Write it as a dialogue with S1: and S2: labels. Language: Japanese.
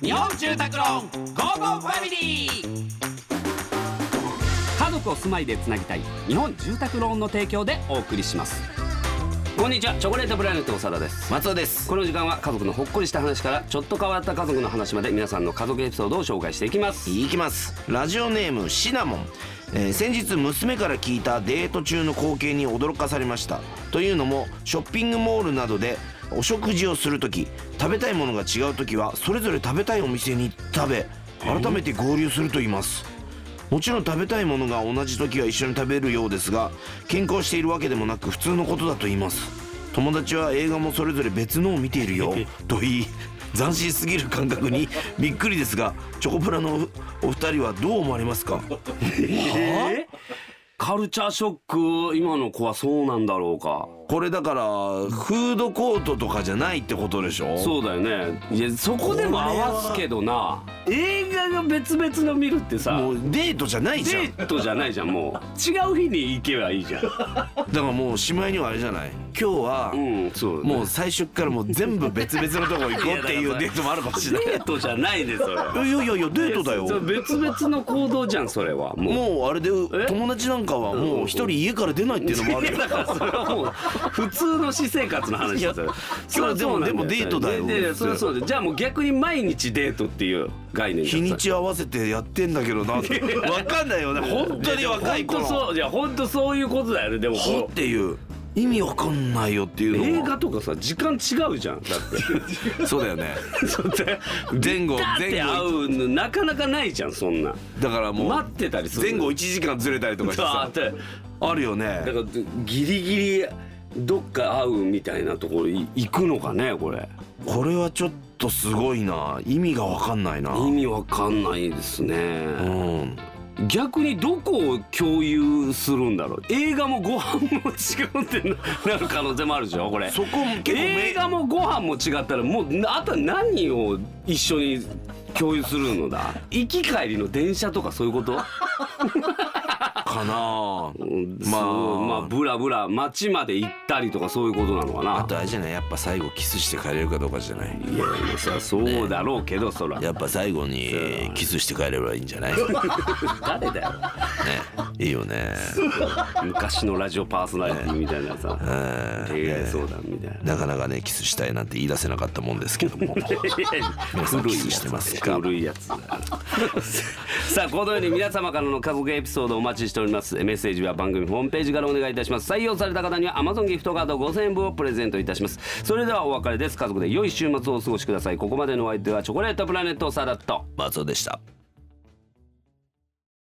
S1: 日本住宅ローンゴーゴーファミリー家族を住まいでつなぎたい日本住宅ローンの提供でお送りしますこんにちはチョコレートプラネット長田です
S2: 松尾です
S1: この時間は家族のほっこりした話からちょっと変わった家族の話まで皆さんの家族エピソードを紹介していきます
S2: いきますラジオネームシナモン、えー先日娘から聞いたデート中の光景に驚かされましたというのもショッピングモールなどでお食事をする時食べたいものが違う時はそれぞれ食べたいお店に食べ改めて合流すると言いますもちろん食べたいものが同じ時は一緒に食べるようですが健康しているわけでもなく普通のことだと言います友達は映画もそれぞれ別のを見ているよと言い斬新すぎる感覚にびっくりですがチョコプラのおお二人はどう思われますか
S1: えーカルチャーショック今の子はそうなんだろうか
S2: これだからフードコートとかじゃないってことでしょ
S1: そうだよねいやそこでも合わすけどな映画が別々の見るってさ
S2: もうデートじゃないじゃん
S1: デートじゃないじゃんもう違う日に行けばいいじゃん
S2: だからもうしまいにはあれじゃない今日は
S1: うんそう
S2: もう最初っからもう全部別々のとこ行こうっていうデートもあるかもしれない
S1: デートじゃないですよ
S2: いやいやいやいやデートだよ
S1: それ別々の行動じゃんそれはもう
S2: もうあれで友達なんかはもう一人家から出ないっていうのもあるよ
S1: いや だからそれはもう普通の私生活の話ですよそれはそうなんよ
S2: でもデートだよ
S1: ででそれはそうでじゃあもう逆に毎日デートっていう概念
S2: 日にち合わせてやってんだけどなって分かんないよね本当に若い
S1: 子
S2: 頃
S1: そういや本当そういうことだよねでもこう
S2: ほっていう意味わかんないよっていうの
S1: 映
S2: は
S1: 画とかさ時間違うじゃんだっ
S2: そうだよね
S1: てそうで
S2: 前後
S1: ガッ
S2: 前
S1: て会
S2: 後
S1: うのなかなかないじゃんそんな
S2: だからもう
S1: 待ってたりする
S2: 前後1時間ずれたりとかして
S1: あ
S2: さ
S1: ってだか
S2: あるよね
S1: らギリギリどっか会うみたいなところい行くのかねこれ
S2: これはちょっとすごいな意味がわかんないな
S1: 意味わかんないです
S2: う
S1: ね
S2: ん
S1: 逆にどこを共有するんだろう映画もご飯も違うってなる可能性もあるでしょこれ
S2: そこも結構め
S1: 映画もご飯も違ったらもうあとは何を一緒に共有するのだ行き帰りの電車とかそういう こと、
S2: かな
S1: うん
S2: まあ
S1: そうまあブラブラ街まで行ったりとかそういうことなのかな
S2: あとあれじゃないやっぱ最後キスして帰れるかどうかじゃない
S1: いやいやそりゃそうだろうけどそら
S2: やっぱ最後にキスして帰ればいいんじゃないね
S1: 誰だよ
S2: いいよね
S1: 昔のラジオパーソナリティみたいな さ
S2: うん
S1: 恋愛相談みたいな。
S2: なかなかねキスしたいなんて言い出せなかったもんですけども皆さんキスしてますか
S1: 古いやつだ なさあこのように皆様からの家族エピソードをお待ちしておりますメッセージは番組ホームページからお願いいたします採用された方には Amazon ギフトカード5000円分をプレゼントいたしますそれではお別れです家族で良い週末をお過ごしくださいここまでのお相手はチョコレートプラネットサラット
S2: 松尾でした